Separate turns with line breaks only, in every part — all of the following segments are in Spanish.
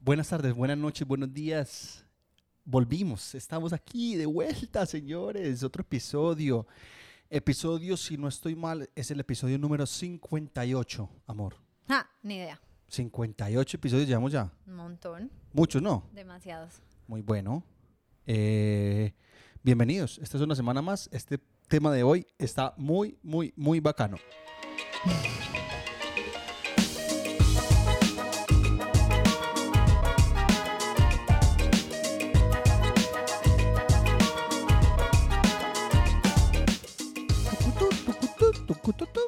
Buenas tardes, buenas noches, buenos días. Volvimos, estamos aquí de vuelta, señores. Otro episodio. Episodio, si no estoy mal, es el episodio número 58, amor.
Ja, Ah, ni idea.
58 episodios llevamos ya.
Un montón.
Muchos, ¿no?
Demasiados.
Muy bueno. Eh, bienvenidos. Esta es una semana más. Este tema de hoy está muy, muy, muy bacano. Tucutú, tucutú, tucututú.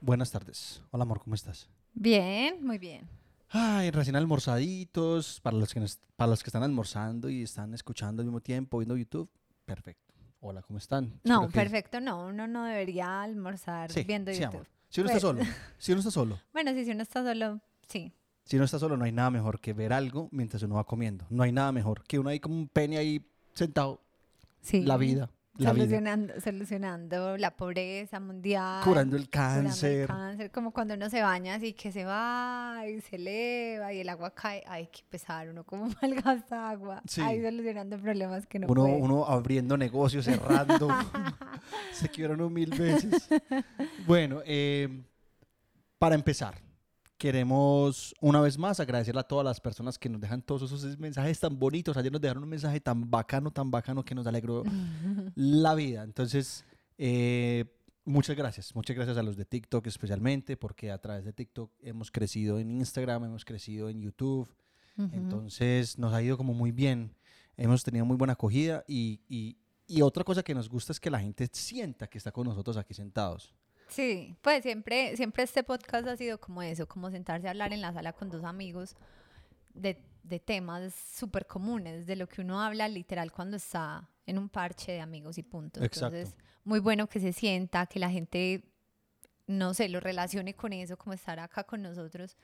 Buenas tardes. Hola, amor, ¿cómo estás?
Bien, muy bien.
Ay, recién almorzaditos, para los, que nos- para los que están almorzando y están escuchando al mismo tiempo, viendo YouTube, perfecto. Hola, ¿cómo están?
No,
Espero que-
perfecto, no. Uno no debería almorzar
Sí,
viendo
sí,
YouTube. Pues.
amor. Si uno está solo, si uno está solo,
Bueno, sí, si uno está solo, sí.
si uno está solo, no hay nada mejor que ver algo mientras uno va comiendo. No hay nada mejor que uno ahí como un pene ahí sentado,
sí.
la vida, la vida,
Solucionando, solucionando la pobreza mundial.
curando el
curando el
cáncer.
cáncer, Como cuando uno se baña así que se va y se eleva y el agua cae. Ay, qué pesar. Uno como malgasta agua.
Sí.
Ahí solucionando problemas que no
uno,
puede.
uno abriendo negocios, cerrando. Se quiebran mil veces. Bueno, eh, para empezar, queremos una vez más agradecerle a todas las personas que nos dejan todos esos mensajes tan bonitos. Ayer nos dejaron un mensaje tan bacano, tan bacano que nos alegró la vida. Entonces, eh, muchas gracias. Muchas gracias a los de TikTok especialmente, porque a través de TikTok hemos crecido en Instagram, hemos crecido en YouTube.
Ujú.
Entonces nos ha ido como muy bien. Hemos tenido muy buena acogida y, y- y otra cosa que nos gusta es que la gente sienta que está con nosotros aquí sentados.
Sí, pues siempre, siempre este podcast ha sido como eso, como sentarse a hablar en la sala con dos amigos de, de temas súper comunes, de lo que uno habla literal cuando está en un parche de amigos y puntos.
Exacto.
Entonces, muy bueno que se sienta, que la gente, no sé, lo relacione con eso, como estar acá con nosotros.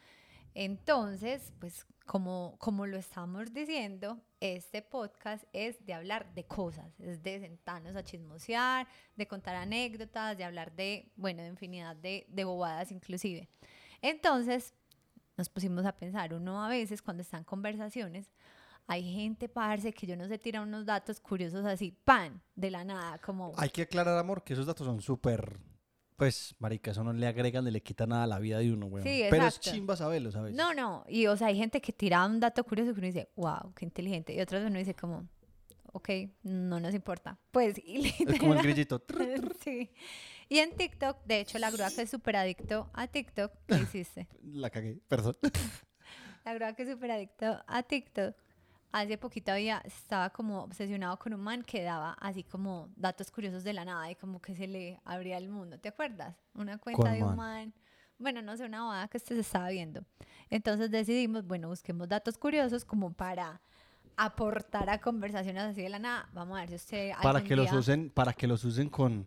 Entonces, pues como, como lo estamos diciendo, este podcast es de hablar de cosas, es de sentarnos a chismosear, de contar anécdotas, de hablar de, bueno, de infinidad de, de bobadas inclusive. Entonces, nos pusimos a pensar, uno a veces cuando está en conversaciones, hay gente, parce, que yo no sé, tira unos datos curiosos así, pan, de la nada, como...
Hay que aclarar, amor, que esos datos son súper... Pues, marica, eso no le agregan ni le quita nada a la vida de uno, güey.
Sí,
Pero es
exacto.
chimba saberlo, ¿sabes?
No, no, y o sea, hay gente que tira un dato curioso que uno dice, wow, qué inteligente, y otras uno dice como, ok, no nos importa. Pues, y
Es como el
literal-
grillito. trrr.
sí. Y en TikTok, de hecho, la grúa que es súper adicto a TikTok, ¿qué hiciste?
La cagué, perdón.
La grúa que es súper adicto a TikTok. Hace poquito había, estaba como obsesionado con un man que daba así como datos curiosos de la nada y como que se le abría el mundo. ¿Te acuerdas? Una cuenta
¿Cuál
de un
man?
man. Bueno, no sé, una boda que este se estaba viendo. Entonces decidimos, bueno, busquemos datos curiosos como para aportar a conversaciones así de la nada. Vamos a ver si usted.
Para
algún
que los
día-
usen, para que los usen con,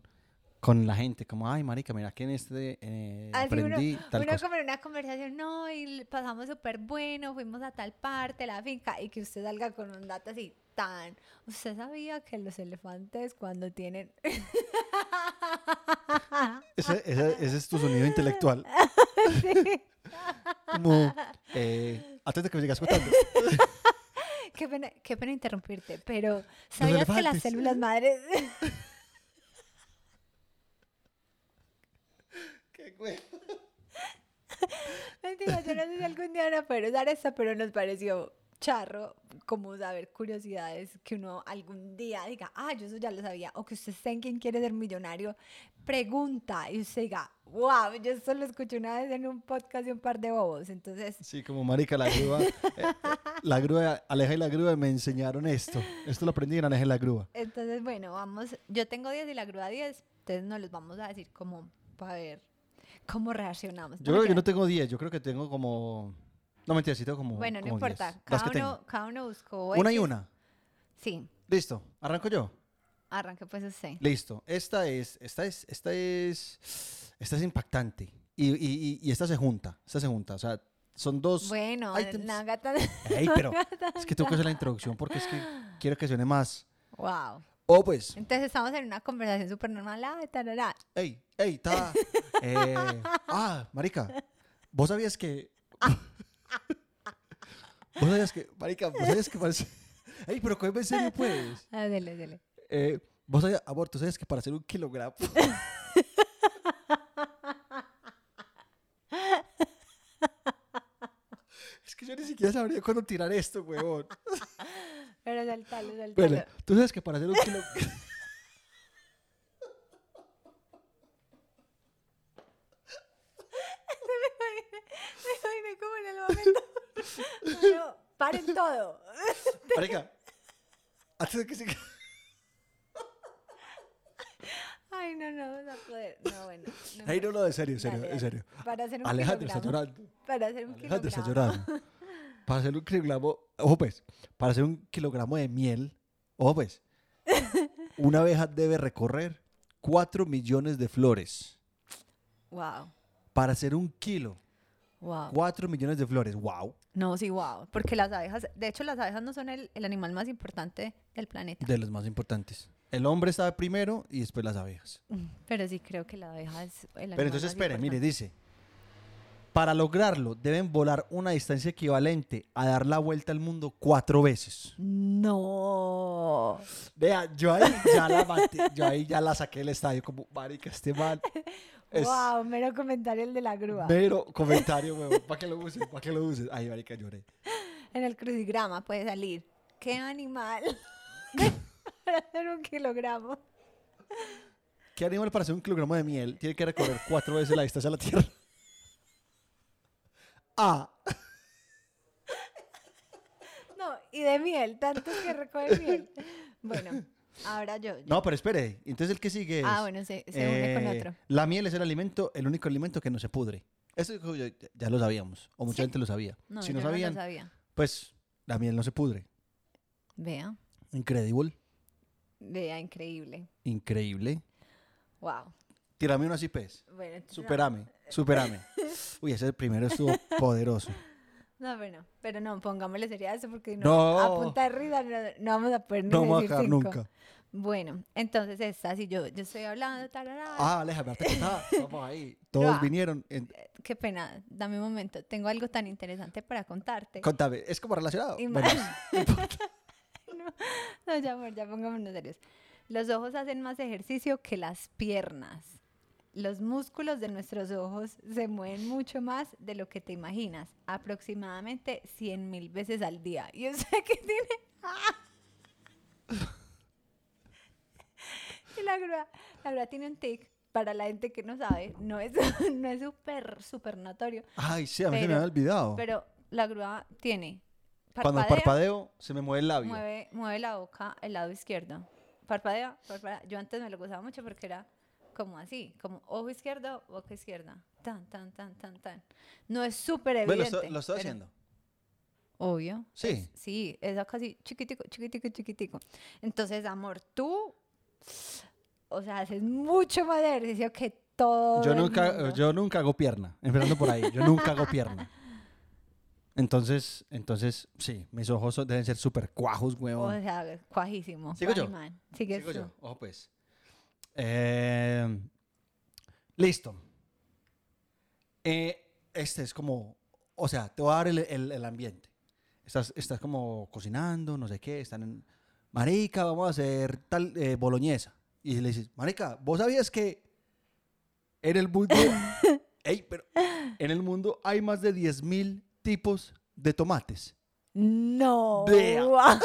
con la gente. Como, ay, marica, mira que en este eh,
Así uno-
aprendí tal
uno
cosa.
como en una conversación, no, y l- pasamos súper bueno, fuimos a tal parte, la finca, y que usted salga con un dato así tan. ¿Usted sabía que los elefantes cuando tienen.
Ese, ese- ese es tu sonido intelectual. Como, eh, atento que me llegas contando.
qué, pena, qué pena interrumpirte, pero ¿sabías que las
elefantes.
células madres. Mentira, Pues yo no sé si algún día van a poder usar esta, pero nos pareció charro como saber curiosidades que uno algún día diga, ah, yo eso ya lo sabía, o que usted esté en quien quiere ser millonario, pregunta y usted diga, wow, yo esto lo escuché una vez en un podcast de un par de bobos, entonces
Sí, como marica, la grúa. eh, eh, la grúa, Aleja y la grúa me enseñaron esto. Esto lo aprendí en Aleja y la grúa.
Entonces, bueno, vamos. Yo tengo 10 y la grúa 10. Entonces, nos los vamos a decir como para ver cómo reaccionamos.
Yo creo que yo no
mentira.
tengo 10, yo creo que tengo como... No, mentira, sí tengo como
Bueno, no
como 10.
importa.
Las
Cada
que
uno,
tengo.
cada uno buscó.
Una y
X.
una.
Sí,
Listo, arranco yo.
arranque pues usted.
Listo. Esta es, esta es, esta es, esta es impactante. Y, y- y- y esta se junta, esta se junta. O sea, son dos...
Bueno,
items.
la gata.
Ey, pero es que tengo que hacer la introducción porque es que quiero que suene más.
Wow.
Oh, pues,
Entonces, estamos en una conversación súper normal. Ah, tarará.
ey, ey, ta. eh, ah, marica, ¿vos sabías que... Vos sabías que, marica, vos sabías que parece... Ey, pero cógeme en serio, pues.
Ah, dele, dele.
Eh, vos sabías, amor, tú sabes que para hacer un kilogramo... es que yo ni siquiera sabría cuándo tirar esto, huevón.
Pero saltalo, saltalo.
Bueno, tú sabes que para hacer un kilogramo...
Me imaginé como en el momento. Bueno, paren todo.
Marica, antes de que siga...
Ay, no, no vamos a poder. No, bueno. no.
Ey, no, no, en serio, en serio,
Dale,
en
dale.
serio.
Para hacer un
Alejandro está
kilogramo.
llorando.
Para hacer un
Alejandro está
kilogramo.
llorando. Para hacer un kilogramo, ojo pues, para hacer un kilogramo de miel, ojo pues, una abeja debe recorrer 4 millones de flores.
Wow,
Para hacer un kilo,
wow.
4 millones de flores, wow,
No, sí, wow. Porque las abejas, de hecho, las abejas no son el, el animal más importante del planeta.
de los más importantes. El hombre está primero y después las abejas.
Pero sí creo que la abeja es el animal
Pero entonces
más
espere, mire,
importante.
dice, para lograrlo deben volar una distancia equivalente a dar la vuelta al mundo cuatro veces.
No.
Vea, yo ahí ya la maté, yo ahí ya la saqué del estadio como, marica, este mal es
Wow, mero comentario el de la grúa.
mero comentario, huevón, para que lo uses, para que lo uses. Ay, marica, lloré.
En el crucigrama puede salir. ¡Qué animal! Para hacer un kilogramo.
¿Qué animal para hacer un kilogramo de miel tiene que recorrer cuatro veces la distancia a la Tierra? A.
No, y de miel, tantos que recoge miel. Bueno, ahora yo. yo.
No, pero espere, entonces el que sigue es...
ah, bueno, se, se une con
eh,
otro.
La miel es el alimento, el único alimento que no se pudre. Eso yo- yo- ya lo sabíamos, o mucha
Sí.
gente lo sabía.
No,
si
yo
no
lo
sabían,
sabía.
pues la miel no se pudre.
Vea,
Increíble,
vea, increíble.
increíble.
Wow.
Tírame uno así, pez.
Bueno, entonces-
Superame, superame. Uy, ese primero estuvo poderoso.
No, pero no, pero no, pongámosle seriedad a eso porque si no,
No.
a punta de risa no, no vamos a poder ni
No vamos a
decir
acabar
cinco.
nunca.
Bueno, entonces esta, si yo, yo estoy hablando, tarara,
Ah, Aleja, que estamos ahí. Todos
Ah.
vinieron. en-
qué pena, dame un momento, tengo algo tan interesante para contarte.
contame, ¿es como relacionado?
Y
Bueno,
ma- No, ya, amor, ya pongámonos serios. Los ojos hacen más ejercicio que las piernas. Los músculos de nuestros ojos se mueven mucho más de lo que te imaginas, aproximadamente 100 mil veces al día. Yo sé que tiene... Y la grúa, la grúa tiene un tic, para la gente que no sabe, no es, no es súper, súper notorio,
ay, sí, a mí se me
Pero-
había olvidado.
pero la grúa tiene...
Cuando
parpadea,
parpadeo, se me mueve el labio.
Mueve, mueve la boca al lado izquierdo. Parpadea, parpadea. Yo antes me lo gustaba mucho porque era como así, como ojo izquierdo, boca izquierda. Tan, tan, tan, tan, tan. No es súper evidente.
Bueno, lo estoy, lo estoy
pero-
haciendo.
Obvio.
Sí.
Es- sí, es acá así, chiquitico, chiquitico, chiquitico. Entonces, amor, tú, o sea, haces mucho más ejercicio que todo
Yo
el
nunca,
mundo.
yo nunca hago pierna, empezando por ahí. Yo nunca hago pierna. Entonces, entonces, sí, mis ojos son- deben ser súper cuajos,
O
huevón.
sea, cuajísimo.
¿Sigo yo?
cuajimán. Sigues
Sigo
tú.
yo, ojo pues. Eh, listo. Eh, este es como, o sea, te voy a dar el, el- el ambiente. Estás, estás como cocinando, no sé qué, están en, marica, vamos a hacer tal eh, boloñesa. Y le dices, marica, ¿vos sabías que en el mundo, Ey, pero en el mundo hay más de 10.000 tipos de tomates?
No.
Vea.
guau.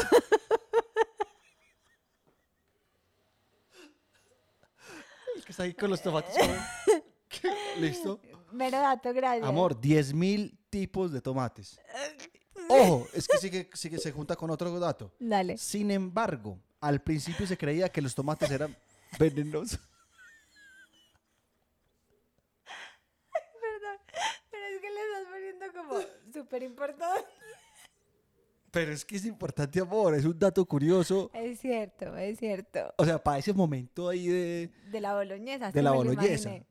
El que está ahí con los tomates. como- ¿Listo?
Mero dato, gracias.
Amor, 10.000 tipos de tomates.
Eh,
Ojo, es que sigue, sigue- se junta con otro dato.
Dale.
Sin embargo, al principio se creía que los tomates eran venenosos.
Perdón, pero es que le estás poniendo como súper importante.
Pero es que es importante, amor, es un dato curioso.
Es cierto, es cierto.
O sea, para ese momento ahí de...
De la boloñesa.
De
sí
la
me lo
boloñesa.
imaginé.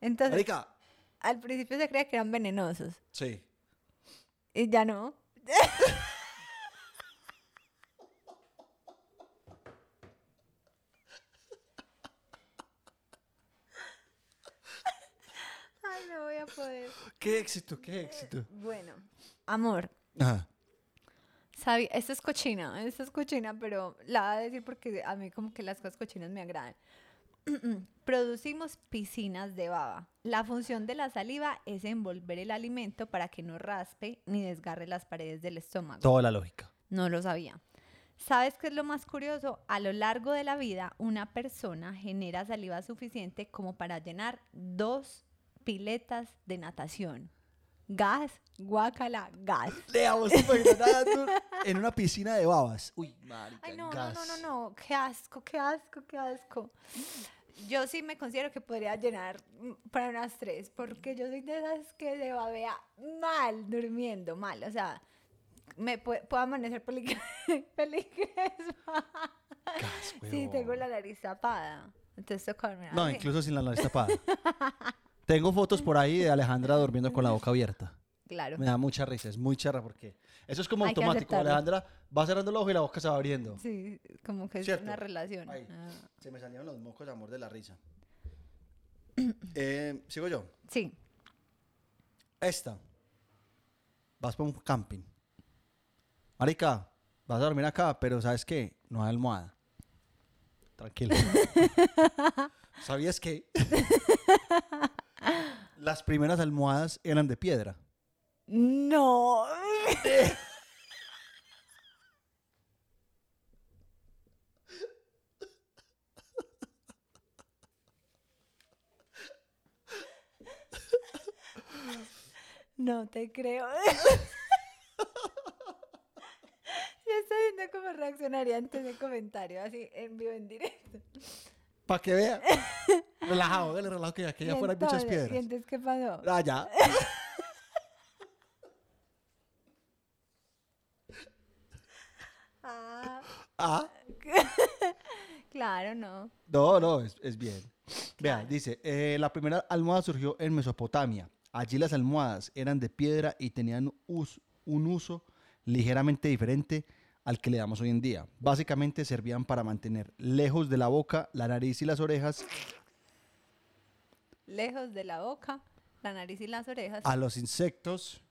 Entonces,
Marica,
al principio se creía que eran venenosos.
sí.
Y ya no. Ay, no voy a poder.
Qué éxito, qué éxito.
Bueno, amor,
Ajá.
sabía, esto es cochina, esto es cochina, pero la voy a decir porque a mí como que las cosas cochinas me agradan. Producimos piscinas de baba. La función de la saliva es envolver el alimento para que no raspe ni desgarre las paredes del estómago.
Toda la lógica.
No lo sabía. ¿Sabes qué es lo más curioso? A lo largo de la vida, una persona genera saliva suficiente como para llenar dos piletas de natación. Gas, guácala, gas.
Leamos supergranado en una piscina de babas. Uy, marica,
Ay, no,
gas.
no, no, no, no, qué asco, qué asco, qué asco. Yo sí me considero que podría llenar mm, para unas tres, porque yo soy de esas que se babea mal, durmiendo mal, o sea, me pue- puedo amanecer peligre- peligrosa.
Gas,
Sí,
huevón.
tengo la nariz tapada, entonces toca dormir Ah,
No,
así.
incluso sin la nariz tapada. Tengo fotos por ahí de Alejandra durmiendo con la boca abierta.
Claro.
Me da mucha risa, es muy charra porque eso es como
Hay que
automático.
aceptarlo.
Alejandra va cerrando el ojo y la boca se va abriendo.
Sí, como que es
Cierto.
una relación.
Ahí.
Ah,
Se me salieron los mocos, amor, de la risa.
ah.
Eh, Sigo yo.
Sí,
Esta. Vas para un camping. Marica, vas a dormir acá, pero ¿sabes qué? No hay almohada. Tranquilo. ¿Sabías que las primeras almohadas eran de piedra?
No. No te creo. Yo estoy viendo cómo reaccionaría ante ese comentario, así en vivo, en directo.
Para que vea. Relajado, dale relajado que aquí allá
Y
afuera hay muchas
entonces, ¿Y
piedras.
entonces qué pasó?
Ah, ya.
Ah,
Ah.
claro, no.
No, no, es, es bien. Vea, dice, eh, la primera almohada surgió en Mesopotamia. Allí las almohadas eran de piedra y tenían us- un uso ligeramente diferente al que le damos hoy en día. Básicamente servían para mantener lejos de la boca, la nariz y las orejas
Lejos de la boca, la nariz y las orejas.
a los insectos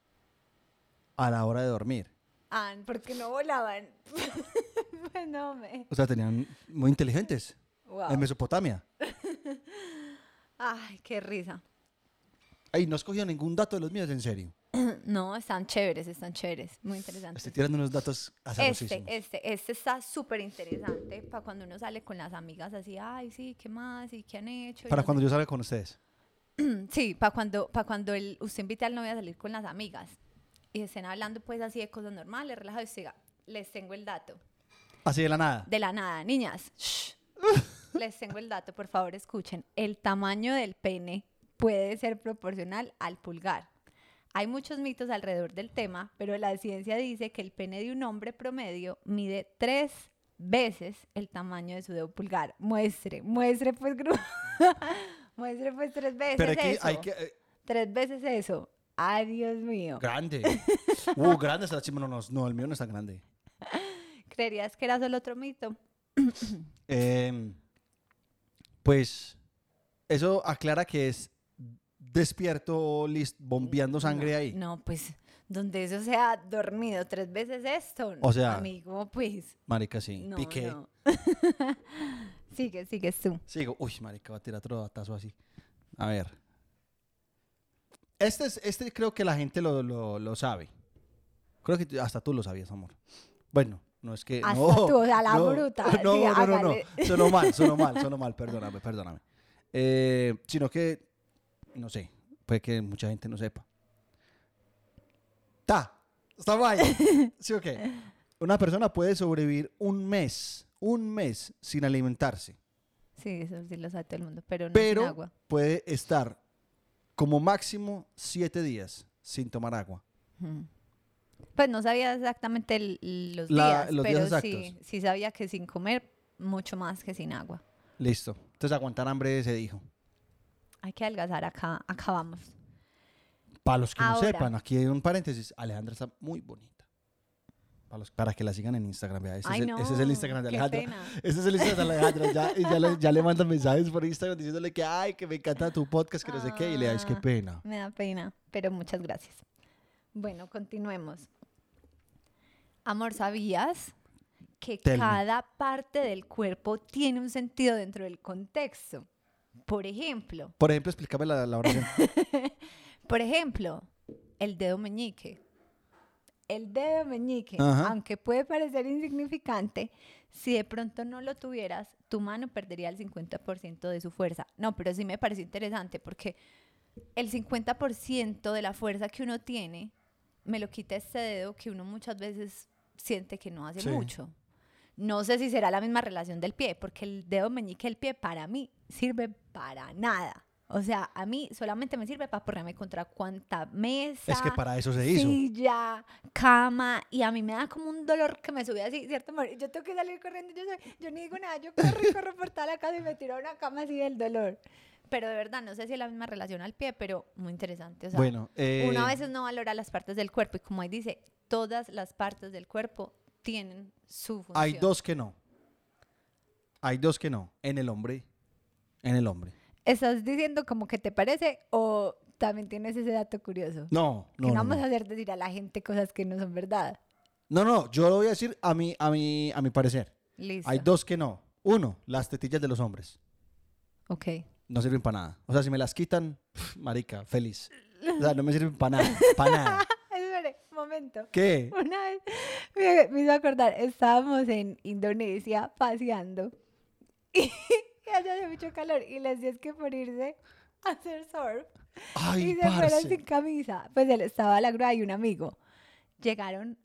a la hora de dormir.
Ah, porque no volaban. pues no me.
O sea, tenían muy inteligentes
Wow.
en Mesopotamia.
Ay, qué risa.
Ay, no escogió ningún dato de los míos, en serio.
No, están chéveres, están chéveres. Muy interesantes.
Estoy tirando unos datos
Este,
asanosísimos.
este, este está súper interesante para cuando uno sale con las amigas así, ay, sí, ¿qué más? ¿Y qué han hecho? Y
Para
no
cuando yo salga con ustedes.
sé- Sí, para cuando, para cuando el, usted invite al novio a salir con las amigas y estén hablando pues así de cosas normales, relajado y usted diga, les tengo el dato.
Así de la nada.
De la nada, niñas. shh. Les tengo el dato, por favor, escuchen. El tamaño del pene puede ser proporcional al pulgar. Hay muchos mitos alrededor del tema, pero la ciencia dice que el pene de un hombre promedio mide tres veces el tamaño de su dedo pulgar. Muestre, muestre pues, gru- muestre pues tres veces
Pero aquí
eso.
hay que. eh,
Tres veces eso. Ay, Dios mío.
grande. Uh, grande está la chimba. No, no, no, el mío no es tan grande.
¿Creerías que era solo otro mito?
Em, pues eso aclara que es despierto, lis- bombeando sangre
No,
ahí.
No, pues donde eso sea dormido tres veces esto.
O sea-
Amigo, pues.
Marica, sí.
No,
Piqué.
no. sigue, sigue tú.
Sigo. Uy, marica, va a tirar otro datazo así. A ver. Este, es, este creo que la gente lo, lo- lo sabe. Creo que tú- hasta tú lo sabías, amor. Bueno, no es que...
Hasta
no,
tú, o sea, la
no,
bruta.
No,
Sí,
no, no, no,
hágale.
Sonó mal, sonó mal, sonó mal. Perdóname, perdóname. Eh, sino que, no sé, puede que mucha gente no sepa. Ta, está mal. Sí, ok. Una persona puede sobrevivir un mes, un mes sin alimentarse
Sí, eso sí lo sabe todo el mundo, pero no
pero
sin agua.
puede estar como máximo siete días sin tomar agua.
Mm. Pues no sabía exactamente el- los
La-
días,
los días
pero sí,
exactos.
sí sabía que sin comer, mucho más que sin agua.
Listo. Entonces aguantar hambre se dijo.
Hay que adelgazar acá, acá vamos.
Para los que no
Ahora.
sepan, aquí hay un paréntesis. Alejandra está muy bonita. Para, los- para que la sigan en Instagram. vea, ese,
Ay,
es el,
no,
ese es el Instagram de
qué
Alejandra.
pena.
Ese es el Instagram de Alejandra. Ya, y ya le, ya le mandan mensajes por Instagram diciéndole que, ay, que me encanta tu podcast, que no sé qué. Y le dais qué
Ah.
pena.
Me da pena, pero muchas gracias. Bueno, continuemos. Amor, ¿sabías que
Telme.
cada parte del cuerpo tiene un sentido dentro del contexto? Por ejemplo,
Por ejemplo, explícame la, la oración.
Por ejemplo, el dedo meñique. El dedo meñique,
Ajá.
aunque puede parecer insignificante, si de pronto no lo tuvieras, tu mano perdería el 50% de su fuerza. No, pero sí me pareció interesante porque el 50% de la fuerza que uno tiene me lo quita este dedo que uno muchas veces siente que no hace
Sí.
mucho. No sé si será la misma relación del pie, porque el dedo meñique del pie para mí sirve para nada. O sea, a mí solamente me sirve para ponerme contra cuanta mesa,
es que para eso se hizo.
silla, cama, y a mí me da como un dolor que me sube así, ¿cierto? amor? Yo tengo que salir corriendo, yo, soy- yo ni digo nada, yo corro y corro por toda la casa y me tiro a una cama así del dolor. Pero de verdad, no sé si es la misma relación al pie, pero muy interesante. O sea,
bueno, eh,
uno a veces no valora las partes del cuerpo y como ahí dice, todas las partes del cuerpo tienen su función.
hay dos que no. Hay dos que no. En el hombre. En el hombre.
¿Estás diciendo como que te parece o también tienes ese dato curioso?
No,
que
no.
no
No,
vamos a
no.
hacer decir a la gente cosas que no son verdad.
No, no, yo lo voy a decir a mi, a mi, a mi parecer.
Listo.
Hay dos que no. Uno, las tetillas de los hombres.
Ok.
No sirven para nada. O sea, si me las quitan, marica, feliz. O sea, no me sirven para nada. Para nada.
Espere, momento.
¿Qué?
Una vez me, me hizo acordar, estábamos en Indonesia paseando y, y hacía mucho calor y les decía que por irse a hacer surf
Ay,
y se fueron sin
parce.
camisa. Pues él estaba a la grúa y un amigo. Llegaron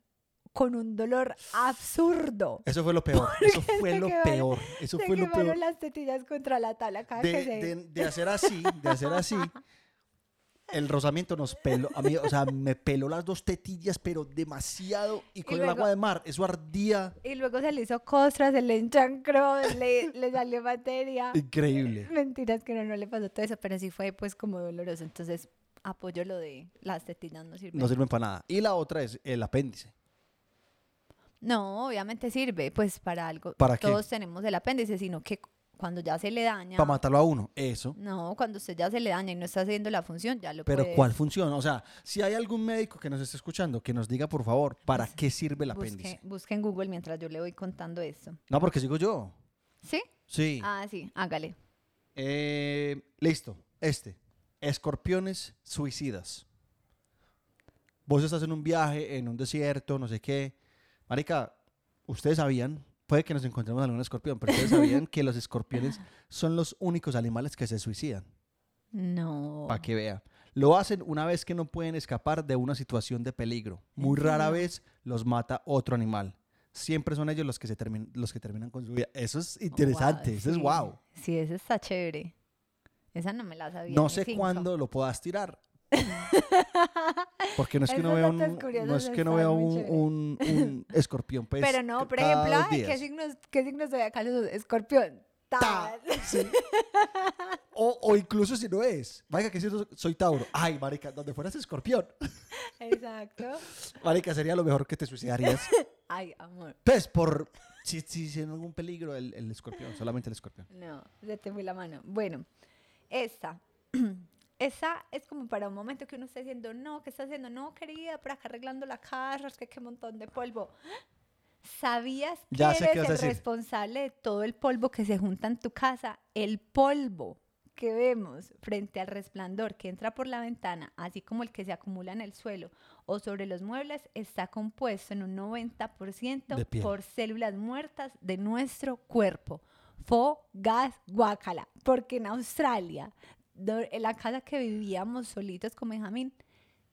con un dolor absurdo.
Eso fue lo peor. Eso
se
fue lo
quedaron-
peor. Eso
se
fue lo
quemaron
peor.
las tetillas contra la tabla cada
de,
que se...
de- de hacer así, de hacer así, el rozamiento nos peló. A mí, o sea, me peló las dos tetillas, pero demasiado. Y con el
luego-
agua de mar, eso ardía.
Y luego se le hizo costras, se le enchancró, le, le salió materia.
Increíble.
Mentiras que no, no le pasó todo eso, pero sí fue pues como doloroso. Entonces apoyo lo de las tetillas no sirven.
No
No,
sirven para nada. Y la otra es el apéndice.
obviamente sirve pues para algo.
¿Para qué?
Todos tenemos el apéndice, sino que cu- cuando ya se le daña...
Para matarlo a uno. Eso.
No, cuando usted ya se le daña y no está haciendo la función, ya lo
Pero
puede-
¿cuál funciona? O sea, si hay algún médico que nos esté escuchando, que nos diga, por favor, ¿para qué sirve el
Pues, Busque,
apéndice?
busque en Google mientras yo le voy contando esto.
No, porque sigo yo.
¿Sí?
Sí.
Ah, sí, hágale.
Eh, listo, este. Escorpiones suicidas. Vos estás en un viaje, en un desierto, no sé qué. Marica, ustedes sabían, puede que nos encontremos algún escorpión, pero ustedes sabían que los escorpiones son los únicos animales que se suicidan.
No.
Para que vea. Lo hacen una vez que no pueden escapar de una situación de peligro. Muy
¿En
rara
serio?
vez los mata otro animal. Siempre son ellos los que, se termin- los que terminan con su vida. Eso es interesante, eso es
sí.
wow.
Sí, esa está chévere. Esa no me la sabía.
No
me
sé
finca.
cuándo lo puedas tirar. Porque no es que uno
Esos
vea un,
datos curiosos
no es que uno
están
vea
muy
un,
chéveres.
un- un escorpión. pues,
Pero no, por
cada
ejemplo,
dos
ay, ¿qué
días.
signos, ¿qué signos zodiacales sos? Escorpión.
Ta,
Tal.
sí. o, o incluso si no es. Vaya que si no soy Tauro. Ay, marica, donde fueras escorpión.
Exacto.
Marica, sería lo mejor que te suicidarías.
Ay, amor.
Pues por si, si, si en algún peligro el, el escorpión, solamente el escorpión.
No, se te fue la mano. Bueno, esta. Esa es como para un momento que uno está diciendo, no, ¿qué está haciendo? No, querida, por acá arreglando la casa, es que qué montón de polvo. ¿Sabías que
Ya sé qué
eres
vas a
el
decir.
responsable de todo el polvo que se junta en tu casa? El polvo que vemos frente al resplandor que entra por la ventana, así como el que se acumula en el suelo o sobre los muebles, está compuesto en un 90%
De piel.
por células muertas de nuestro cuerpo. Fo, gas, guácala. Porque en Australia, do- en la casa que vivíamos solitos con Benjamín,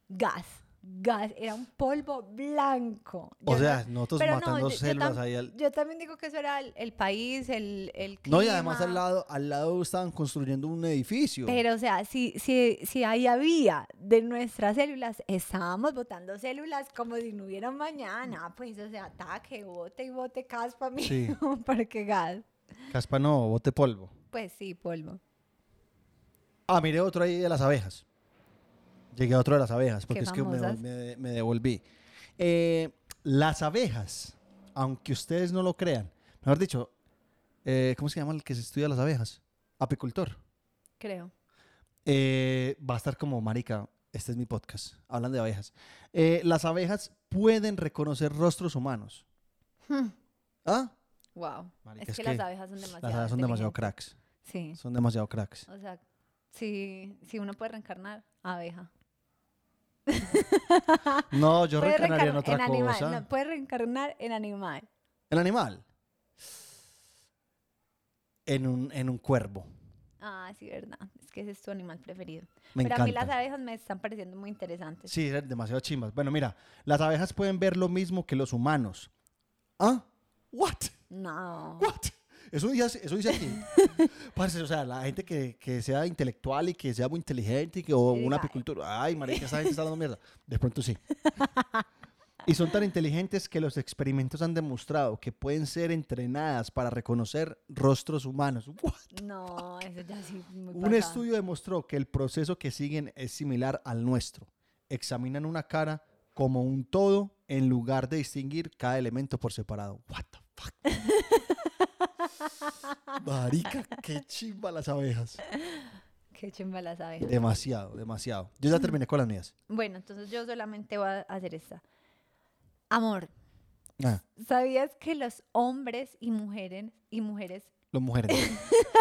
gas, gas, era un polvo blanco.
O
Yo
sea,
no-
nosotros
pero no,
matando
yo- yo
células
tam-
ahí al...
Yo también digo que eso era el, el país, el, el clima.
No, y además al lado, al lado estaban construyendo un edificio.
Pero, o sea, si, si, si ahí había de nuestras células, estábamos botando células como si no hubiera un mañana. Pues, o sea, ataque, bote y bote, caspa, mí.
Sí.
Porque gas.
Caspa no, bote polvo.
Pues sí, polvo.
Ah, miré otro ahí de las abejas. Llegué a otro de las abejas, porque
Qué
es que me,
famosas.
me- me devolví. Eh, las abejas, aunque ustedes no lo crean, mejor dicho, eh, ¿cómo se llama el que se estudia las abejas? Apicultor.
Creo.
Eh, va a estar como, marica, este es mi podcast, hablan de abejas. Eh, las abejas pueden reconocer rostros humanos.
Hmm.
¿Ah?
Wow.
Marica,
es,
es
que, las
que
abejas son demasiado
Las hadas son demasiado
inteligentes.
cracks.
Sí.
Son demasiado cracks.
O sea, si, si uno puede reencarnar, abeja.
No, yo
Puede
reencarnaría en
reencarnar
otra
animal.
cosa.
no, puede reencarnar en animal.
¿El animal? En un, en un cuervo.
Ah, sí, verdad. Es que ese es tu animal preferido.
Me
Pero
encanta.
a mí las abejas me están pareciendo muy interesantes.
Sí, eran demasiado chimbas. Bueno, mira, las abejas pueden ver lo mismo que los humanos. ¿Ah? ¿What?
No.
¿What? Eso dice, eso dice aquí. Parce, o sea, la gente que, que sea intelectual y que sea muy inteligente y que, o
Y
un
diga,
apicultor. Ay, marica, esa gente está dando mierda. De pronto sí. Y son tan inteligentes que los experimentos han demostrado que pueden ser entrenadas para reconocer rostros humanos. What?
No, eso ya sí es muy
Un
pasado.
estudio demostró que el proceso que siguen es similar al nuestro. Examinan una cara como un todo en lugar de distinguir cada elemento por separado. What the fuck? Marica, qué chimba las abejas.
Qué chimba las abejas.
Demasiado, demasiado. Yo ya terminé con las mías.
Bueno, entonces yo solamente voy a hacer esta. Amor,
Ah,
¿sabías que los hombres y mujeres y mujeres
los mujeres.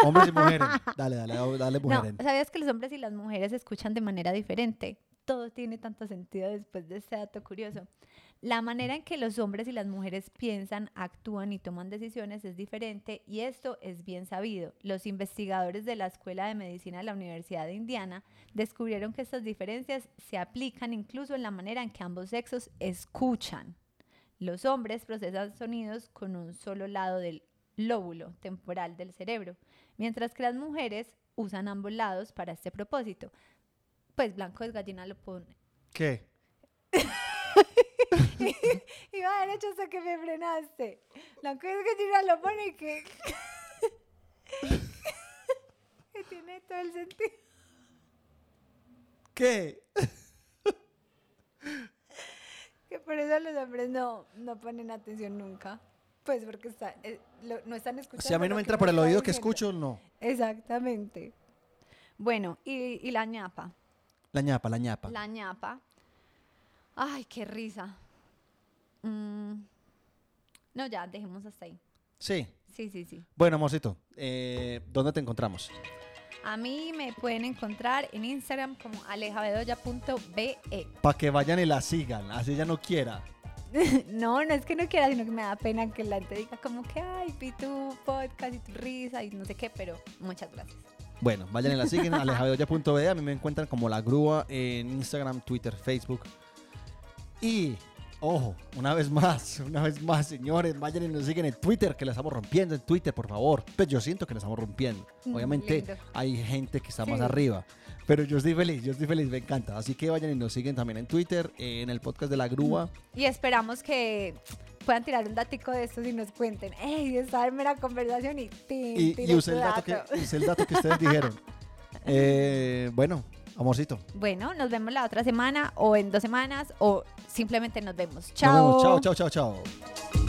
Hombres y mujeres. Dale, dale, dale, mujeres.
No, ¿sabías que los hombres y las mujeres escuchan de manera diferente? Todo tiene tanto sentido después de este dato curioso. La manera en que los hombres y las mujeres piensan, actúan y toman decisiones es diferente y esto es bien sabido. Los investigadores de la Escuela de Medicina de la Universidad de Indiana descubrieron que estas diferencias se aplican incluso en la manera en que ambos sexos escuchan. Los hombres procesan sonidos con un solo lado del lóbulo temporal del cerebro, mientras que las mujeres usan ambos lados para este propósito. Pues blanco es gallina lo pone.
¿Qué?
Iba derecho hasta que me frenaste. Blanco es gallina lo pone y que... que tiene todo el sentido.
¿Qué?
Que por eso los hombres no, no ponen atención nunca. Pues porque está, eh, lo- no están escuchando.
Si a mí no
lo
me
que
entra
uno
por el
está
oído que
diciendo.
escucho, no.
Exactamente. Bueno, y, y la ñapa.
La ñapa, la ñapa.
La ñapa. Ay, qué risa. Mm, No, ya, dejemos hasta ahí.
Sí.
Sí, sí, sí.
Bueno, amorcito, eh, ¿dónde te encontramos?
A mí me pueden encontrar en Instagram como alejabedoya.be.
Para que vayan y la sigan, así ella no quiera.
No, no es que no quiera, sino que me da pena que la gente diga como que, ay, vi tu podcast y tu risa y no sé qué, pero muchas gracias.
Bueno, vayan y la siguen, alejabedoya.be. A mí me encuentran como La Grúa en Instagram, Twitter, Facebook. Y, ojo, una vez más, una vez más, señores, vayan y nos siguen en Twitter, que la estamos rompiendo en Twitter, por favor. Pues yo siento que la estamos rompiendo.
Mm,
Obviamente
lindo.
hay gente que está más
Sí.
arriba, pero yo estoy feliz, yo estoy feliz, me encanta. Así que vayan y nos siguen también en Twitter, en el podcast de La Grúa.
Y esperamos que puedan tirar un datico de estos y nos cuenten, hey, esta mera conversación y tin,
Y,
tiré
y usé,
tu
el dato que,
dato".
usé el dato que ustedes dijeron. Eh, bueno, amorcito.
Bueno, nos vemos la otra semana o en dos semanas o simplemente nos vemos.
Nos
Chao.
vemos. Chao, chao, chao, chao.